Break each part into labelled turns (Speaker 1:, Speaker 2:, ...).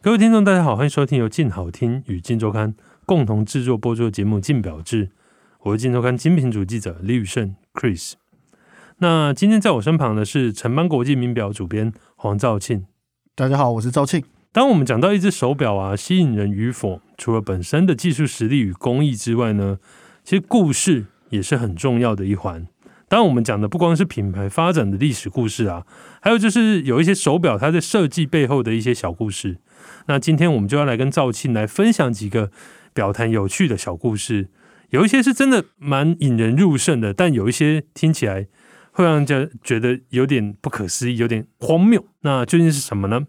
Speaker 1: 各位听众，大家好，欢迎收听由静好听与静周刊共同制作播出的节目《静表志》，我是静周刊精品组记者李宇胜 Chris。那今天在我身旁的是城邦国际名表主编黄兆庆。
Speaker 2: 大家好，我是赵庆。
Speaker 1: 当我们讲到一只手表啊吸引人与否，除了本身的技术实力与工艺之外呢，其实故事也是很重要的一环。当然，我们讲的不光是品牌发展的历史故事啊，还有就是有一些手表它在设计背后的一些小故事。那今天我们就要来跟赵庆来分享几个表坛有趣的小故事，有一些是真的蛮引人入胜的，但有一些听起来会让人家觉得有点不可思议，有点荒谬。那究竟是什么呢？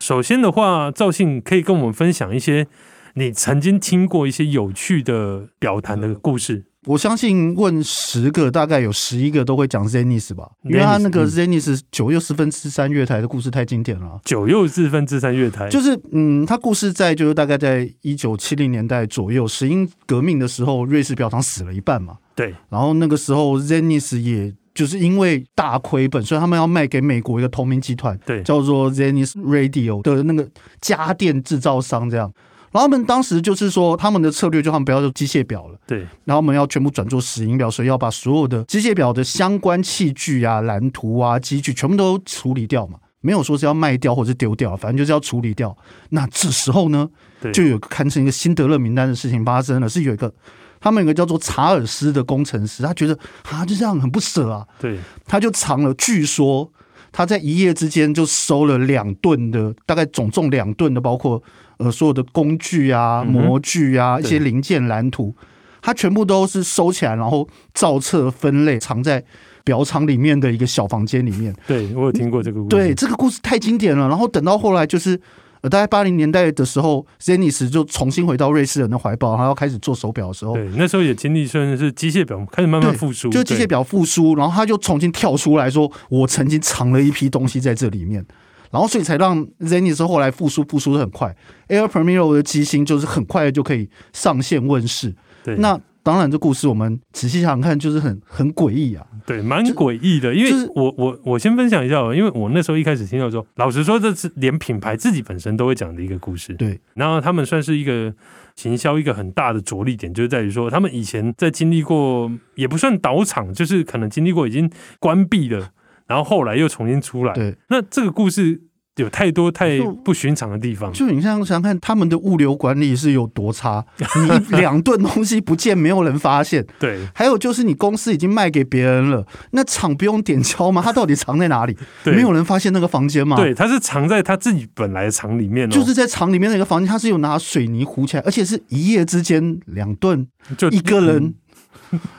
Speaker 1: 首先的话，赵信可以跟我们分享一些你曾经听过一些有趣的表坛的故事。
Speaker 2: 我相信问十个，大概有十一个都会讲 Zenis 吧，因为他那个 Zenis 九又四分之三月台的故事太经典了啊。
Speaker 1: 九又四分之三月台，
Speaker 2: 就是嗯，他故事在就是大概在一九七零年代左右，石英革命的时候，瑞士表厂死了一半嘛，
Speaker 1: 对，
Speaker 2: 然后那个时候 Zenis 也就是因为大亏本，所以他们要卖给美国一个同名集团，
Speaker 1: 对
Speaker 2: 叫做 Zenis Radio 的那个家电制造商这样。然后他们当时就是说，他们的策略就他们不要做机械表了，
Speaker 1: 对，
Speaker 2: 然后他们要全部转做石英表，所以要把所有的机械表的相关器具啊、蓝图啊、机具全部都处理掉嘛，没有说是要卖掉或者是丢掉，啊反正就是要处理掉。那这时候呢
Speaker 1: 对，
Speaker 2: 就有堪称一个辛德勒名单的事情发生了，是有一个他们有一个叫做查尔斯的工程师，他觉得啊就这样很不舍啊，
Speaker 1: 对，
Speaker 2: 他就藏了，据说他在一夜之间就收了两吨的，大概总重两吨的，包括呃所有的工具啊、
Speaker 1: 嗯哼
Speaker 2: 模具啊、一
Speaker 1: 对
Speaker 2: 些零件蓝图，他全部都是收起来，然后照册分类，藏在表厂里面的一个小房间里面。
Speaker 1: 对，我有听过这个故事。
Speaker 2: 对，，这个故事太经典了。然后等到后来就是。呃，大概八零年代的时候，Zenis 就重新回到瑞士人的怀抱，然后要开始做手表的时候，
Speaker 1: 对，那时候也经历算是机械表开始慢慢
Speaker 2: 对
Speaker 1: 复苏，
Speaker 2: 就是机械
Speaker 1: 对，
Speaker 2: 表复苏，然后他就重新跳出来说，我曾经藏了一批东西在这里面，然后所以才让 Zenis 后来复苏，复苏的很快，Air Premio 的机芯就是很快就可以上线问世。
Speaker 1: 对，
Speaker 2: 那当然，这故事我们仔细想想看，就是很很诡异啊。
Speaker 1: 对，蛮
Speaker 2: 就
Speaker 1: 诡异的，因为
Speaker 2: 就是
Speaker 1: 我我我先分享一下哦，因为我那时候一开始听到说，老实说，这是连品牌自己本身都会讲的一个故事。
Speaker 2: 对，
Speaker 1: 然后他们算是一个行销一个很大的着力点，就是在于说，他们以前在经历过也不算倒厂，就是可能经历过已经关闭了，然后后来又重新出来。
Speaker 2: 对，
Speaker 1: 那这个故事有太多太
Speaker 2: 就
Speaker 1: 不寻常的地方。
Speaker 2: 就你想想看，他们的物流管理是有多差， 你两吨东西不见，没有人发现。
Speaker 1: 对
Speaker 2: 还有就是，你公司已经卖给别人了，那厂不用点交吗？它到底藏在哪里？
Speaker 1: 对，
Speaker 2: 没有人发现那个房间吗？
Speaker 1: 对，它是藏在他自己本来的厂里面哦，
Speaker 2: 就是在厂里面那个房间，他是有拿水泥糊起来，而且是一夜之间两顿
Speaker 1: 就
Speaker 2: 一个人，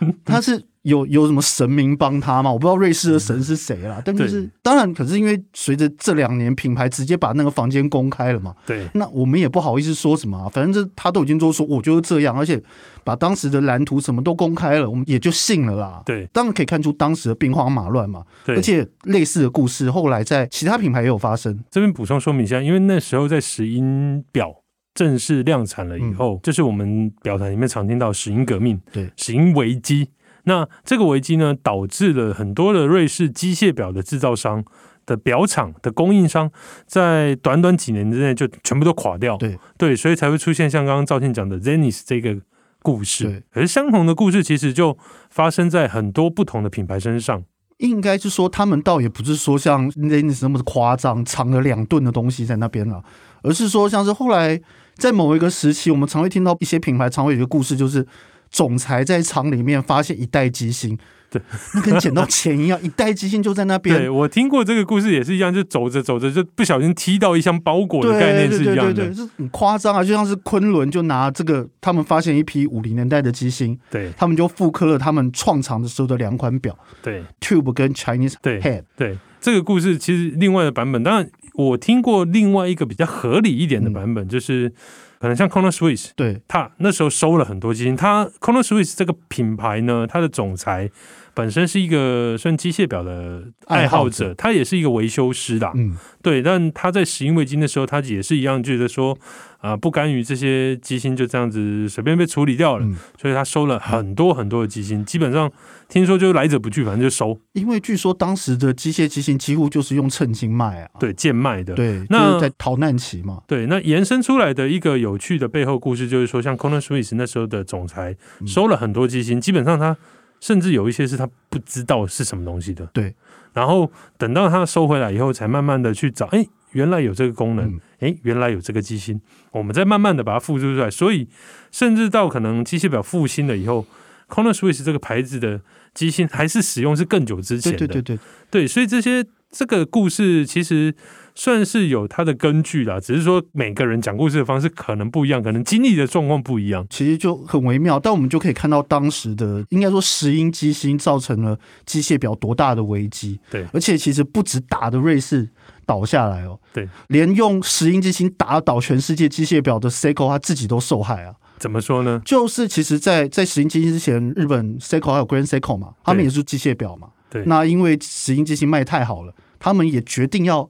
Speaker 1: 嗯
Speaker 2: 他是有有什么神明帮他吗？我不知道瑞士的神是谁啦，但就是当然，可是因为随着这两年品牌直接把那个房间公开了嘛，
Speaker 1: 对
Speaker 2: 那我们也不好意思说什么、啊，反正这他都已经都说我哦就是这样，而且把当时的蓝图什么都公开了，我们也就信了啦。
Speaker 1: 对
Speaker 2: 当然可以看出当时的兵荒马乱嘛，
Speaker 1: 对，
Speaker 2: 而且类似的故事后来在其他品牌也有发生。
Speaker 1: 这边补充说明一下，因为那时候在石英表正式量产了以后，就是我们表坛里面常听到石英革命，
Speaker 2: 嗯对，
Speaker 1: 石英危机。那这个危机呢，导致了很多的瑞士机械表的制造商的表厂的供应商，在短短几年之内就全部都垮掉。
Speaker 2: 对
Speaker 1: 所以才会出现像刚刚赵信讲的 Zenis 这个故事
Speaker 2: 对。
Speaker 1: 可是相同的故事其实就发生在很多不同的品牌身上。
Speaker 2: 应该是说，他们倒也不是说像 Lennis 那么夸张，藏了两吨的东西在那边了，而是说像是后来在某一个时期，我们常会听到一些品牌常会有一个故事，就是总裁在厂里面发现一袋机芯，
Speaker 1: 对，
Speaker 2: 那跟捡到钱一样，一袋机芯就在那
Speaker 1: 对
Speaker 2: 边。
Speaker 1: 我听过这个故事也是一样，就走着走着就不小心踢到一箱包裹的
Speaker 2: 对
Speaker 1: 概念
Speaker 2: 对
Speaker 1: 是
Speaker 2: 对
Speaker 1: 一
Speaker 2: 对
Speaker 1: 样
Speaker 2: 对，
Speaker 1: 的。
Speaker 2: 是很夸张啊！就像是昆仑就拿这个，他们发现一批五零年代的机芯，
Speaker 1: 对
Speaker 2: 他们就复刻了他们创厂的时候的两款表
Speaker 1: 对
Speaker 2: ，Tube 跟 Chinese
Speaker 1: 对
Speaker 2: Head。
Speaker 1: 对，这个故事其实另外的版本，当然我听过另外一个比较合理一点的版本，就是可能像 Corner Swiss，
Speaker 2: 对，
Speaker 1: 他那时候收了很多基金。他 Corner Swiss 这个品牌呢，它的总裁本身是一个算机械表的爱好者，
Speaker 2: 爱好
Speaker 1: 他也是一个维修师啦。
Speaker 2: 嗯，
Speaker 1: 对，但他在石英维基的时候，他也是一样觉得说，啊、不甘于这些基金就这样子随便被处理掉了，
Speaker 2: 嗯
Speaker 1: 所以他收了很多很多的基金，基本上听说就是来者不拒，反正就收，
Speaker 2: 因为据说当时的机械机型几乎就是用称斤卖啊，
Speaker 1: 对，贱卖的。
Speaker 2: 对，
Speaker 1: 那
Speaker 2: 就是在逃难期嘛，
Speaker 1: 对，那延伸出来的一个有趣的背后故事，就是说，像 Conan Swiss 那时候的总裁
Speaker 2: 嗯
Speaker 1: 收了很多基金，基本上他甚至有一些是他不知道是什么东西的。
Speaker 2: 对，
Speaker 1: 然后等到他收回来以后，才慢慢的去找，哎，原来有这个功能，
Speaker 2: 嗯
Speaker 1: 哎、原来有这个机芯，我们再慢慢的把它复制出来。所以，甚至到可能机械表复兴了以后，Corner Swiss 这个牌子的机芯还是使用是更久之前
Speaker 2: 对
Speaker 1: 的。
Speaker 2: 对对对，
Speaker 1: 对所以这些这个故事其实算是有它的根据啦，只是说每个人讲故事的方式可能不一样，可能经历的状况不一样。
Speaker 2: 其实就很微妙，但我们就可以看到当时的应该说石英机芯造成了机械表多大的危机。
Speaker 1: 对
Speaker 2: 而且其实不止打的瑞士倒下来哦，
Speaker 1: 对，
Speaker 2: 连用石英机芯打倒全世界机械表的 Seiko 他自己都受害啊。
Speaker 1: 怎么说呢？
Speaker 2: 就是其实在，在石英机芯之前，日本 Seiko 还有 Grand Seiko 嘛，他们也是机械表嘛。
Speaker 1: 对
Speaker 2: 那因为石英机芯卖太好了，他们也决定要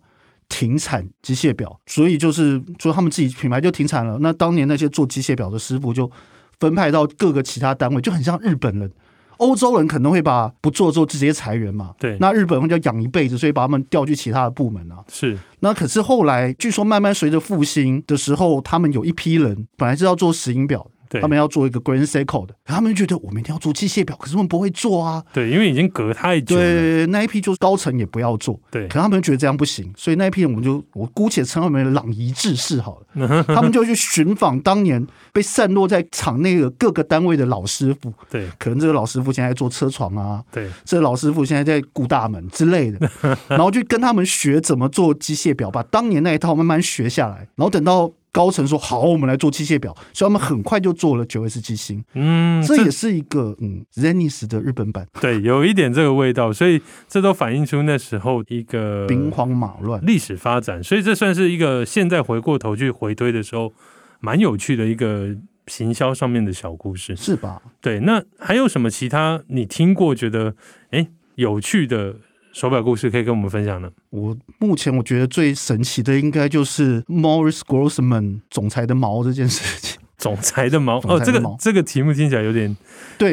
Speaker 2: 停产机械表，所以就是说他们自己品牌就停产了。那当年那些做机械表的师傅就分派到各个其他单位，就很像日本人。欧洲人可能会把不做之后直接裁员嘛，
Speaker 1: 对
Speaker 2: 那日本人就养一辈子，所以把他们调去其他的部门啊。
Speaker 1: 是
Speaker 2: 那可是后来，据说慢慢随着复兴的时候，他们有一批人本来是要做石英表的，
Speaker 1: 对
Speaker 2: 他们要做一个 Grand Seiko 的，可他们就觉得我们一定要做机械表，可是我们不会做啊。
Speaker 1: 对，因为已经隔太久了。
Speaker 2: 对，那一批就是高层也不要做，
Speaker 1: 对
Speaker 2: 可他们觉得这样不行，所以那一批人我们就我姑且称他们为朗仪志士好 了，他们就去寻访当年被散落在场内的各个单位的老师傅，
Speaker 1: 对
Speaker 2: 可能这个老师傅现在在做车床啊，
Speaker 1: 对
Speaker 2: 这老师傅现在在顾大门之类 的，然后就跟他们学怎么做机械表，把当年那一套慢慢学下来，然后等到高层说好，我们来做机械表，所以他们很快就做了九 S 机芯，
Speaker 1: 嗯，呃
Speaker 2: 这也是一个嗯 Zenis 的日本版，
Speaker 1: 对，有一点这个味道，所以这都反映出那时候一个
Speaker 2: 兵荒马乱。
Speaker 1: 历史发展，所以这算是一个现在回过头去回推的时候，蛮有趣的一个行销上面的小故事。
Speaker 2: 是吧？
Speaker 1: 对，那还有什么其他你听过觉得诶有趣的手表故事可以跟我们分享呢？
Speaker 2: 我目前我觉得最神奇的应该就是 Morris Grossman 总裁的毛这件事情。
Speaker 1: 总裁的毛
Speaker 2: 总
Speaker 1: 哦，
Speaker 2: 裁
Speaker 1: 这
Speaker 2: 的
Speaker 1: 个
Speaker 2: 毛
Speaker 1: 这个题目听起来有点
Speaker 2: 对，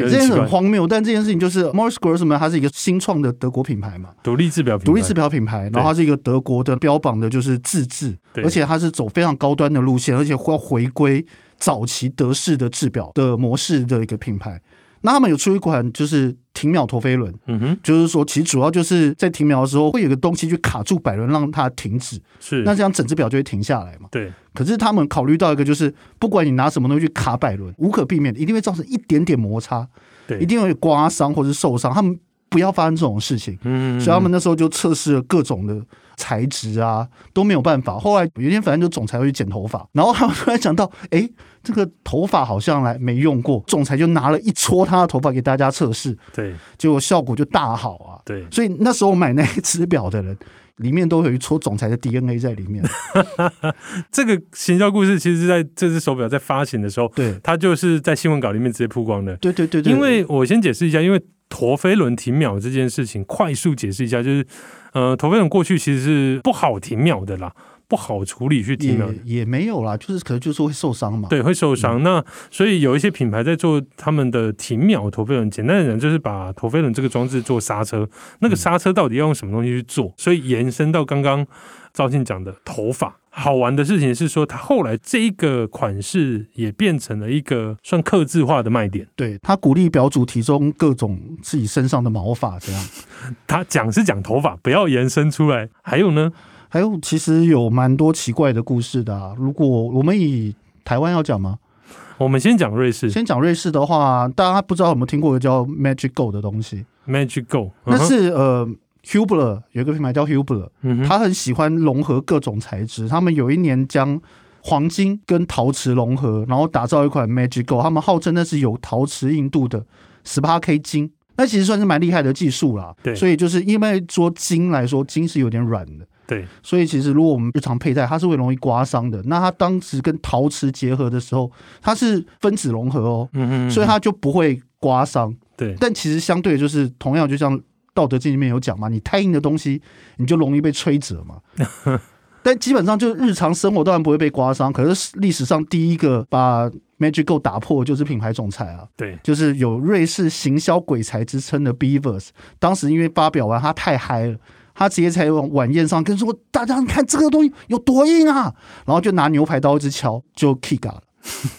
Speaker 1: 有
Speaker 2: 这
Speaker 1: 点
Speaker 2: 件
Speaker 1: 奇
Speaker 2: 事
Speaker 1: 怪
Speaker 2: 很荒谬，但这件事情就是 Morris Grossman 它是一个新创的德国品牌嘛，
Speaker 1: 独立制表品牌，
Speaker 2: 独立制表品牌，然后它是一个德国的标榜的就是自制，
Speaker 1: 对
Speaker 2: 而且它是走非常高端的路线，而且要回归早期德式的制表的模式的一个品牌。那他们有出一款就是停秒陀飞轮，
Speaker 1: 嗯哼，
Speaker 2: 就是说其实主要就是在停秒的时候会有个东西去卡住摆轮让它停止，
Speaker 1: 是
Speaker 2: 那这样整只表就会停下来嘛。
Speaker 1: 对
Speaker 2: 可是他们考虑到一个就是不管你拿什么东西去卡摆轮，无可避免的一定会造成一点点摩擦，
Speaker 1: 对，
Speaker 2: 一定会刮伤或是受伤，他们不要发生这种事情。
Speaker 1: 嗯，
Speaker 2: 所以他们那时候就测试了各种的材质啊，都没有办法。后来有一天，反正就总裁会去剪头发，然后他们突然想到，哎，这个头发好像来没用过，总裁就拿了一撮他的头发给大家测试，
Speaker 1: 对
Speaker 2: 结果效果就大好啊。
Speaker 1: 对
Speaker 2: 所以那时候买那一只表的人，里面都有一撮总裁的 DNA 在里 面。
Speaker 1: 这个行销故事其实是在这只手表在发行的时候，
Speaker 2: 对，
Speaker 1: 它就是在新闻稿里面直接曝光的。
Speaker 2: 对对对对，
Speaker 1: 因为我先解释一下，因为陀飞轮停秒这件事情，快速解释一下，就是呃，陀飞轮过去其实是不好停秒的啦，不好处理去停秒
Speaker 2: 也。也没有啦，就是可能就是会受伤嘛。
Speaker 1: 嗯对，会受
Speaker 2: 嗯
Speaker 1: 伤。那所以有一些品牌在做他们的停秒陀飞轮，简单的讲就是把陀飞轮这个装置做刹车。那
Speaker 2: 嗯
Speaker 1: 个刹车到底要用什么东西去做？所以延伸到刚刚赵信讲的头发。好玩的事情是说，它后来这一个款式也变成了一个算刻字化的卖点。
Speaker 2: 对，他鼓励表主提供各种自己身上的毛发这样。
Speaker 1: 他讲是讲头发，不要延伸出来。还有呢，
Speaker 2: 还有，其实有蛮多奇怪的故事的、啊。如果我们以台湾要讲吗？
Speaker 1: 我们先讲瑞士
Speaker 2: 先讲瑞士的话，大家不知道有没有听过一个叫 Magic Go 的东西？
Speaker 1: Magic Go，
Speaker 2: 那是呃 Hubler 有一个品牌叫 Hubler，
Speaker 1: 嗯哼
Speaker 2: 他很喜欢融合各种材质。他们有一年将黄金跟陶瓷融合，然后打造一款 Magic Go。他们号称那是有陶瓷硬度的十八 K 金，那其实算是蛮厉害的技术啦。
Speaker 1: 对
Speaker 2: 所以就是因为说金来说，金是有点软的，
Speaker 1: 对，
Speaker 2: 所以其实如果我们日常佩戴，它是会容易刮伤的。那它当时跟陶瓷结合的时候，它是分子融合哦，
Speaker 1: 嗯嗯，
Speaker 2: 所以它就不会刮伤。
Speaker 1: 对
Speaker 2: 但其实相对的就是同样，就像《道德经》里面有讲嘛，你太硬的东西，你就容易被摧折嘛。但基本上就是日常生活当然不会被刮伤，可是历史上第一个把 Magic Go 打破就是品牌总裁啊，
Speaker 1: 对，
Speaker 2: 就是有瑞士行销鬼才之称的 Beavers，当时因为发表完他太嗨了。他直接在晚宴上跟说：“大家你看这个东西有多硬啊！”然后就拿牛排刀一直敲，就 kick 啊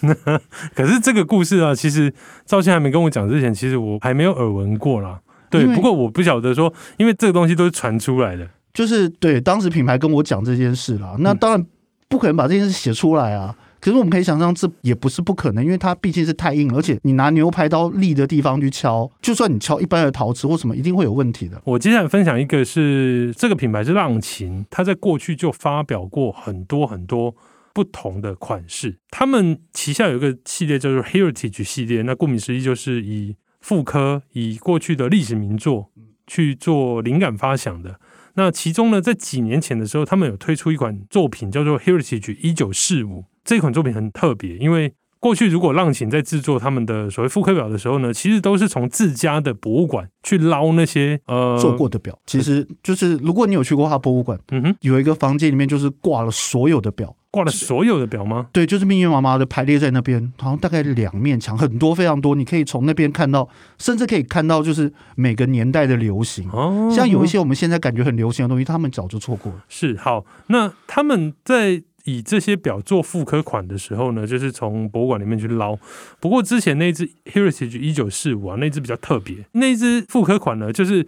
Speaker 2: 了。
Speaker 1: 可是这个故事啊，其实赵倩还没跟我讲之前，其实我还没有耳闻过啦。对
Speaker 2: 因，为
Speaker 1: 不过我不晓得说，因为这个东西都是传出来的，
Speaker 2: 就是对当时品牌跟我讲这件事啦，那当然不可能把这件事写出来啊。可是我们可以想象，这也不是不可能，因为它毕竟是太硬了，而且你拿牛排刀立的地方去敲，就算你敲一般的陶瓷或什么，一定会有问题的。
Speaker 1: 我接下来分享一个是这个品牌是浪琴，它在过去就发表过很多很多不同的款式。他们旗下有一个系列叫做 Heritage 系列，那顾名思义就是以复刻以过去的历史名作去做灵感发想的。那其中呢，在几年前的时候，他们有推出一款作品叫做 Heritage 一九四五。这款作品很特别，因为过去如果浪琴在制作他们的所谓复刻表的时候呢，其实都是从自家的博物馆去捞那些呃
Speaker 2: 做过的表，其实就是如果你有去过他博物馆，
Speaker 1: 嗯哼，
Speaker 2: 有一个房间里面就是挂了所有的表，
Speaker 1: 挂了所有的表吗？
Speaker 2: 对，就是密密麻麻的排列在那边，好像大概两面墙，很多非常多，你可以从那边看到，甚至可以看到就是每个年代的流行。
Speaker 1: 哦，
Speaker 2: 像有一些我们现在感觉很流行的东西，他们早就错过了。
Speaker 1: 是好，那他们在以这些表做复刻款的时候呢，就是从博物馆里面去捞。不过之前那只 Heritage 一九四五啊，那只比较特别，那只复刻款呢，就是。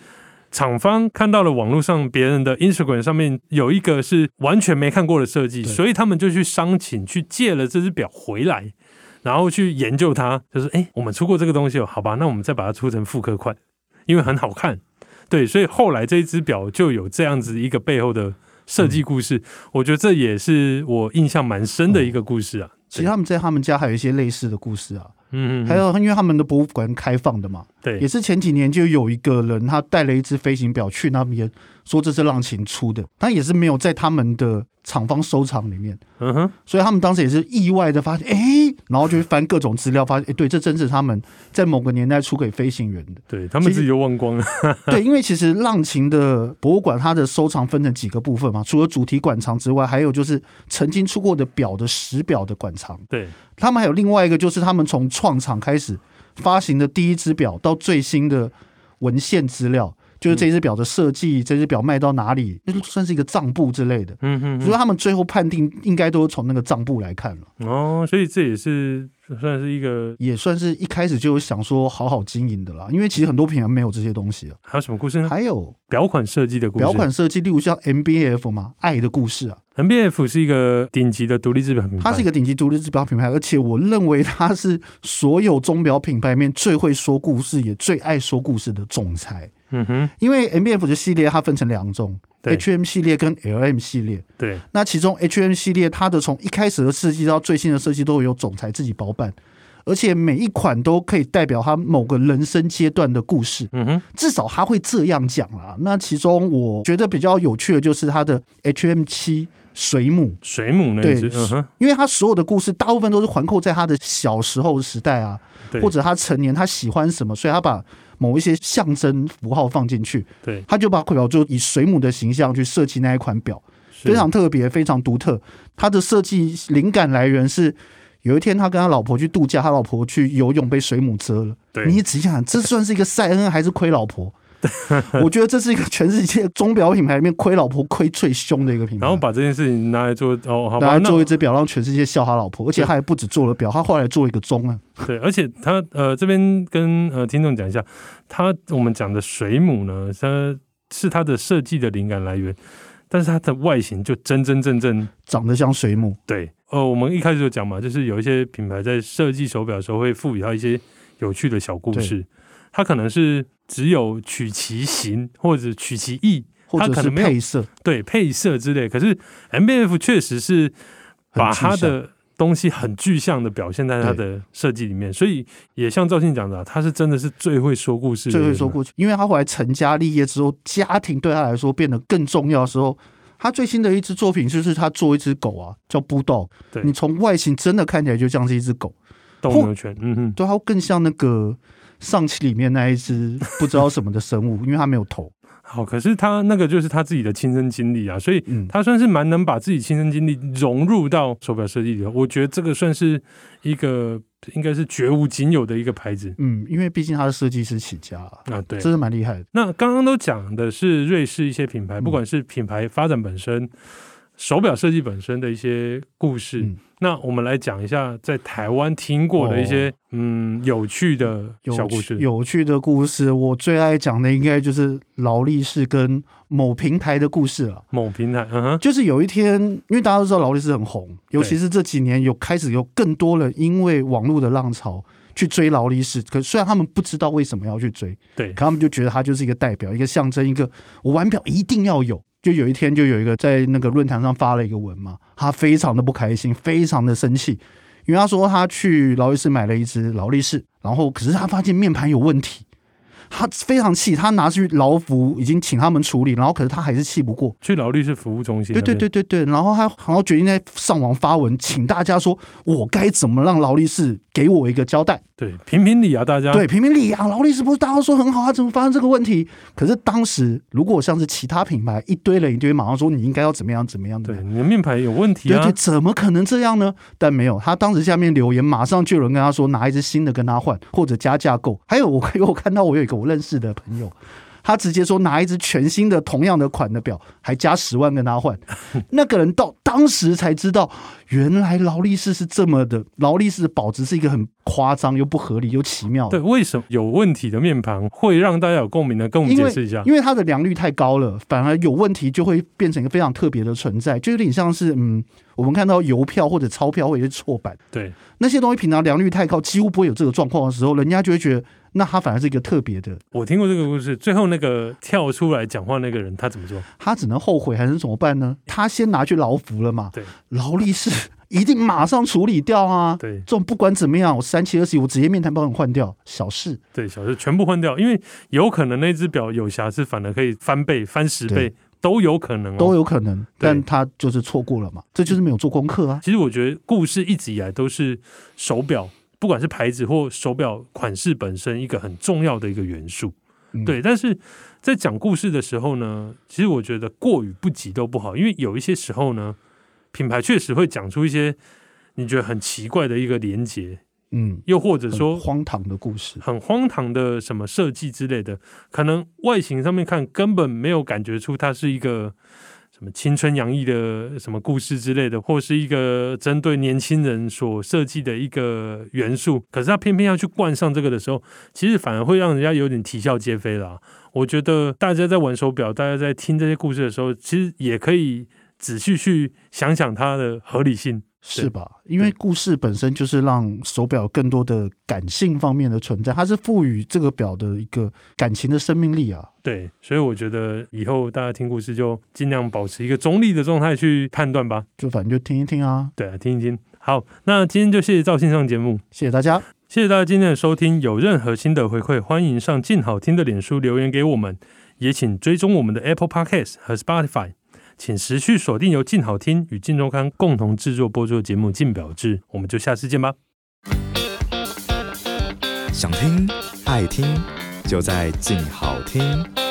Speaker 1: 厂方看到了网络上别人的 Instagram 上面有一个是完全没看过的设计，
Speaker 2: 对
Speaker 1: 所以他们就去商请去借了这只表回来，然后去研究它，就是哎，诶我们出过这个东西哦，好吧，那我们再把它出成复刻款，因为很好看。对，所以后来这一只表就有这样子一个背后的设计故事，我觉得这也是我印象蛮深的一个故事啊。
Speaker 2: 其实他们在他们家还有一些类似的故事啊，
Speaker 1: 嗯，嗯嗯
Speaker 2: 还有因为他们的博物馆开放的嘛，
Speaker 1: 对
Speaker 2: 也是前几年就有一个人他带了一只飞行表去那边，说这是浪琴出的，他也是没有在他们的厂方收藏里面，
Speaker 1: 嗯哼，
Speaker 2: 所以他们当时也是意外的发现，哎，然后就去翻各种资料，发现，哎，对，这真是他们在某个年代出给飞行员 的。
Speaker 1: 对他们
Speaker 2: 其实
Speaker 1: 自己就忘光了。
Speaker 2: 对，因为其实浪琴的博物馆，它的收藏分成几个部分嘛，除了主题馆藏之外，还有就是曾经出过的表的实表的馆藏。
Speaker 1: 对，
Speaker 2: 他们还有另外一个，就是他们从创厂开始发行的第一只表到最新的文献资料，就是这只表的设计，这只表卖到哪里，那就算是一个账簿之类的。
Speaker 1: 嗯哼
Speaker 2: 所以他们最后判定应该都是从那个账簿来看了，
Speaker 1: 嗯，哦，所以这也是算是一个
Speaker 2: 也算是一开始就有想说好好经营的啦。因为其实很多品牌没有这些东西啊。
Speaker 1: 还有什么故事呢？
Speaker 2: 还有
Speaker 1: 表款设计的嗯故事。
Speaker 2: 表款设计，例如像 MBF 嘛，爱的故事啊，
Speaker 1: MBF 是一个顶级的独立制表品牌，
Speaker 2: 它是一个顶级独立制表品牌，而且我认为它是所有钟表品牌里面最会说故事，也最爱说故事的总裁。
Speaker 1: 嗯哼，
Speaker 2: 因为 MBF 的系列它分成两种
Speaker 1: 对
Speaker 2: ，HM 系列跟 LM 系列。
Speaker 1: 对，
Speaker 2: 那其中 HM 系列它的从一开始的设计到最新的设计都有总裁自己包办，而且每一款都可以代表他某个人生阶段的故事，
Speaker 1: 嗯哼，
Speaker 2: 至少他会这样讲啦。那其中我觉得比较有趣的就是它的 HM 七水母。
Speaker 1: 水母那一只，
Speaker 2: 对
Speaker 1: 嗯哼，
Speaker 2: 因为他所有的故事大部分都是环扣在他的小时候的时代啊，
Speaker 1: 对，
Speaker 2: 或者他成年他喜欢什么，所以他把某一些象征符号放进去，
Speaker 1: 对，
Speaker 2: 他就把鬼表就以水母的形象去设计那一款表，
Speaker 1: 是
Speaker 2: 非常特别，非常独特。它的设计灵感来源是有一天他跟他老婆去度假，他老婆去游泳被水母蛰了。
Speaker 1: 对
Speaker 2: 你仔细想，这算是一个塞恩还是亏老 婆？我觉得这是一个全世界钟表品牌里面亏老婆亏最凶的一个品牌。
Speaker 1: 然后把这件事情拿来做哦，好
Speaker 2: 大
Speaker 1: 吧，
Speaker 2: 家
Speaker 1: 那
Speaker 2: 做一只表，让全世界笑他老婆，而且他还不止做了表，他后来做了一个钟啊。
Speaker 1: 对，而且他呃这边跟呃听众讲一下，他我们讲的水母呢，它是它的设计的灵感来源，但是它的外形就真真正正
Speaker 2: 长得像水母，
Speaker 1: 对。呃，我们一开始就讲嘛，就是有一些品牌在设计手表的时候会赋予它一些有趣的小故事，它可能是只有取其形或者取其意，
Speaker 2: 或
Speaker 1: 他
Speaker 2: 者
Speaker 1: 可
Speaker 2: 是
Speaker 1: 能没有
Speaker 2: 配色，
Speaker 1: 对配色之类。可是 MBF 确实是
Speaker 2: 很
Speaker 1: 把
Speaker 2: 具
Speaker 1: 它
Speaker 2: 象
Speaker 1: 的东西很具象的表现在它的设计里面，所以也像赵信讲的啊、他是真的是最会说故事的
Speaker 2: 最
Speaker 1: 人啊，
Speaker 2: 会说过去，因为他后来成家立业之后，家庭对他来说变得更重要的时候，他最新的一支作品就是他做一只狗啊，叫 Bulldog
Speaker 1: 对。
Speaker 2: 你从外形真的看起来就像是一只狗，
Speaker 1: 斗
Speaker 2: 或
Speaker 1: 牛犬，嗯哼，
Speaker 2: 对，它更像那个上期里面那一只不知道什么的生物，因 为它没有头。
Speaker 1: 好，可是他那个就是他自己的亲身经历啊，所以
Speaker 2: 嗯，
Speaker 1: 他算是蛮能把自己亲身经历融入到手表设计里头，我觉得这个算是一个应该是绝无仅有的一个牌子
Speaker 2: 嗯，因为毕竟他是设计师起家啊，
Speaker 1: 啊，对。
Speaker 2: 真的蛮厉害的。
Speaker 1: 那刚刚都讲的是瑞士一些品牌，
Speaker 2: 嗯
Speaker 1: 不管是品牌发展本身、手表设计本身的一些故事。
Speaker 2: 嗯
Speaker 1: 那我们来讲一下在台湾听过的一些、嗯有趣的
Speaker 2: 哦有
Speaker 1: 小故
Speaker 2: 趣
Speaker 1: 事。
Speaker 2: 有趣的故事，我最爱讲的应该就是劳力士跟某平台的故事了。
Speaker 1: 某平台，嗯哼，
Speaker 2: 就是有一天，因为大家都知道劳力士很红，尤其是这几年有开始有更多人因为网络的浪潮去追劳力士。可虽然他们不知道为什么要去追，
Speaker 1: 对
Speaker 2: 可他们就觉得它就是一个代表，一个象征，一个我玩表一定要有。就有一天，就有一个在那个论坛上发了一个文嘛，他非常的不开心，非常的生气，因为他说他去劳力士买了一只劳力士，然后可是他发现面盘有问题，他非常气，他拿去劳服已经请他们处理，然后可是他还是气不过，
Speaker 1: 去劳力士服务中心。
Speaker 2: 对对对，对对，然后他然后决定在上网发文，请大家说我该怎么让劳力士给我一个交代。
Speaker 1: 对，评评理啊，大家。
Speaker 2: 对，评评理啊，劳力士不是大家都说很好，他怎么发生这个问题？可是当时如果像是其他品牌一堆人一堆，马上说你应该要怎么样怎么样怎
Speaker 1: 对，
Speaker 2: 么样。
Speaker 1: 你的面牌有问题
Speaker 2: 对
Speaker 1: 啊
Speaker 2: 对，。怎么可能这样呢？但没有，他当时下面留言，马上就有人跟他说拿一只新的跟他换，或者加价购。还有我 我看到我有一个我认识的朋友，他直接说拿一只全新的同样的款的表，还加十万跟他 换。那个人到当时才知道，原来劳力士是这么的，劳力士的保值是一个很夸张又不合理又奇妙的
Speaker 1: 对。为什么有问题的面盘会让大家有共鸣呢？跟我们
Speaker 2: 因
Speaker 1: 解
Speaker 2: 为
Speaker 1: 释一下。
Speaker 2: 因为它的良率太高了，反而有问题就会变成一个非常特别的存在，就有点像是嗯，我们看到邮票或者钞票或者是错版
Speaker 1: 对，
Speaker 2: 那些东西，平常良率太高，几乎不会有这个状况的时候，人家就会觉得那它反而是一个特别的，
Speaker 1: 我听过这个故事。最后那个跳出来讲话那个人，他怎么做？
Speaker 2: 他只能后悔还能怎么办呢？他先拿去劳服了嘛，
Speaker 1: 对，
Speaker 2: 劳力士一定马上处理掉啊。
Speaker 1: 对，
Speaker 2: 这种不管怎么样，我三七二十一，我直接面谈帮你换掉，小事。
Speaker 1: 对，小事全部换掉，因为有可能那只表有瑕疵，反而可以翻倍、翻十倍都有可能、哦。
Speaker 2: 都有可能，
Speaker 1: 对
Speaker 2: 但他就是错过了嘛，这就是没有做功课啊。
Speaker 1: 其实我觉得故事一直以来都是手表，不管是牌子或手表款式本身一个很重要的一个元素。
Speaker 2: 嗯
Speaker 1: 对，但是在讲故事的时候呢，其实我觉得过与不及都不好，因为有一些时候呢，品牌确实会讲出一些你觉得很奇怪的一个连结，
Speaker 2: 嗯，
Speaker 1: 又或者
Speaker 2: 很
Speaker 1: 说
Speaker 2: 荒唐的故事，
Speaker 1: 很荒唐的什么设计之类的，可能外形上面看根本没有感觉出它是一个什么青春洋溢的什么故事之类的，或是一个针对年轻人所设计的一个元素。可是它偏偏要去冠上这个的时候，其实反而会让人家有点啼笑皆非啦。我觉得大家在玩手表，大家在听这些故事的时候，其实也可以仔细去想想它的合理性。
Speaker 2: 是吧？因为故事本身就是让手表有更多的感性方面的存在，它是赋予这个表的一个感情的生命力啊。
Speaker 1: 对，所以我觉得以后大家听故事就尽量保持一个中立的状态去判断吧。
Speaker 2: 就反正就听一听啊，
Speaker 1: 对啊，听一听。好，那今天就谢谢赵信上节目，
Speaker 2: 谢谢大家，
Speaker 1: 谢谢大家今天的收听。有任何心得回馈，欢迎上静好听的脸书留言给我们，也请追踪我们的 Apple Podcast 和 Spotify。请持续锁定由静好听与静周刊共同制作播出的节目《静表志》，我们就下次见吧。
Speaker 3: 想听爱听，就在静好听。